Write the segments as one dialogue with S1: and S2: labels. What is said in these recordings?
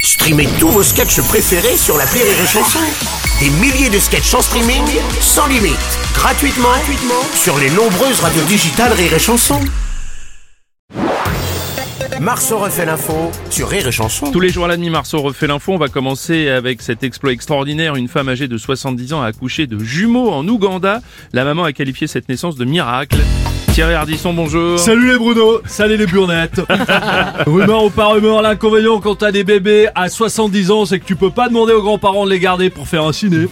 S1: Streamez tous vos sketchs préférés sur la Rire et Chanson. Des milliers de sketchs en streaming, sans limite, gratuitement, gratuitement sur les nombreuses radios digitales Rire et Chanson. Marceau refait l'info sur Rire et Chanson.
S2: Tous les jours à la demi, Marceau refait l'info. On va commencer avec cet exploit extraordinaire. Une femme âgée de 70 ans a accouché de jumeaux en Ouganda. La maman a qualifié cette naissance de miracle. Thierry Ardisson, bonjour.
S3: Salut les Bruno, salut les burnettes. Rumeur ou pas rumeur, l'inconvénient quand t'as des bébés à 70 ans, c'est que tu peux pas demander aux grands-parents de les garder pour faire un ciné.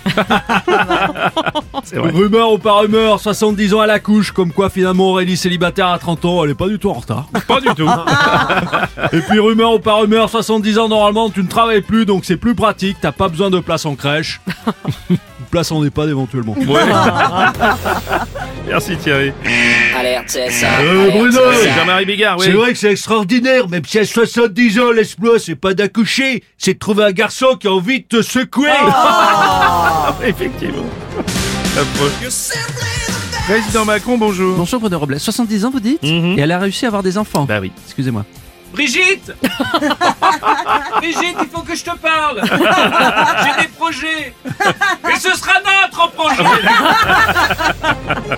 S3: Rumeur ou pas rumeur, 70 ans à la couche, comme quoi finalement Aurélie célibataire à 30 ans, elle est pas du tout en retard.
S2: Pas du tout.
S3: Et puis rumeur ou pas rumeur, 70 ans normalement tu ne travailles plus, donc c'est plus pratique, t'as pas besoin de place en crèche. Ou place en EHPAD éventuellement.
S2: Ouais. Merci Thierry.
S4: Alerte CSA.
S3: Euh,
S4: alerte
S3: Bruno,
S4: CSA.
S3: Ouais.
S2: Jean-Marie Bigard, oui.
S3: C'est vrai que c'est extraordinaire, même si à 70 ans, l'exploit, c'est pas d'accoucher, c'est de trouver un garçon qui a envie de te secouer.
S2: Effectivement. Affreux. Président Macron, bonjour.
S5: Bonjour Bruno Robles, 70 ans vous dites
S2: Mhm.
S5: Et elle a réussi à avoir des enfants
S2: Bah oui.
S5: Excusez-moi.
S6: Brigitte Brigitte, il faut que je te parle J'ai des projets Et ce sera notre projet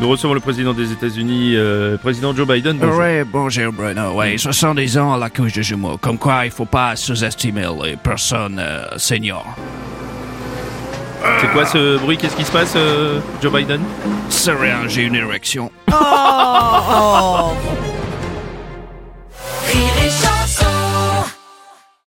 S2: Nous recevons le président des États-Unis, euh, président Joe Biden. Bonjour.
S7: Ouais, bonjour Bruno. Ouais, 70 ans à la couche de jumeaux. Comme quoi, il faut pas sous-estimer les personnes euh, seniors.
S2: C'est quoi ce bruit Qu'est-ce qui se passe, euh, Joe Biden
S7: C'est rien, j'ai une érection.